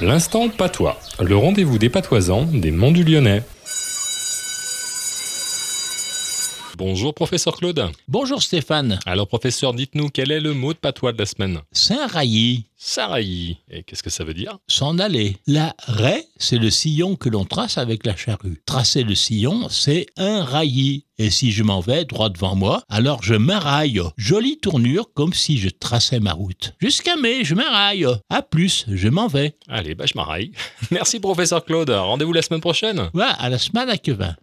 L'instant patois, le rendez-vous des patoisans des Monts du Lyonnais. Bonjour professeur Claude. Bonjour Stéphane. Alors professeur, dites-nous quel est le mot de patois de la semaine Saint-Railly, Sarailly. Et qu'est-ce que ça veut dire s'en aller. La raie, c'est le sillon que l'on trace avec la charrue. Tracer le sillon, c'est un raillis. Et si je m'en vais droit devant moi, alors je m'arraille. Jolie tournure, comme si je traçais ma route. Jusqu'à mai, je m'arraille. À plus, je m'en vais. Allez, bah je m'arraille. Merci professeur Claude. Rendez-vous la semaine prochaine. Voilà, à la semaine à Quevin.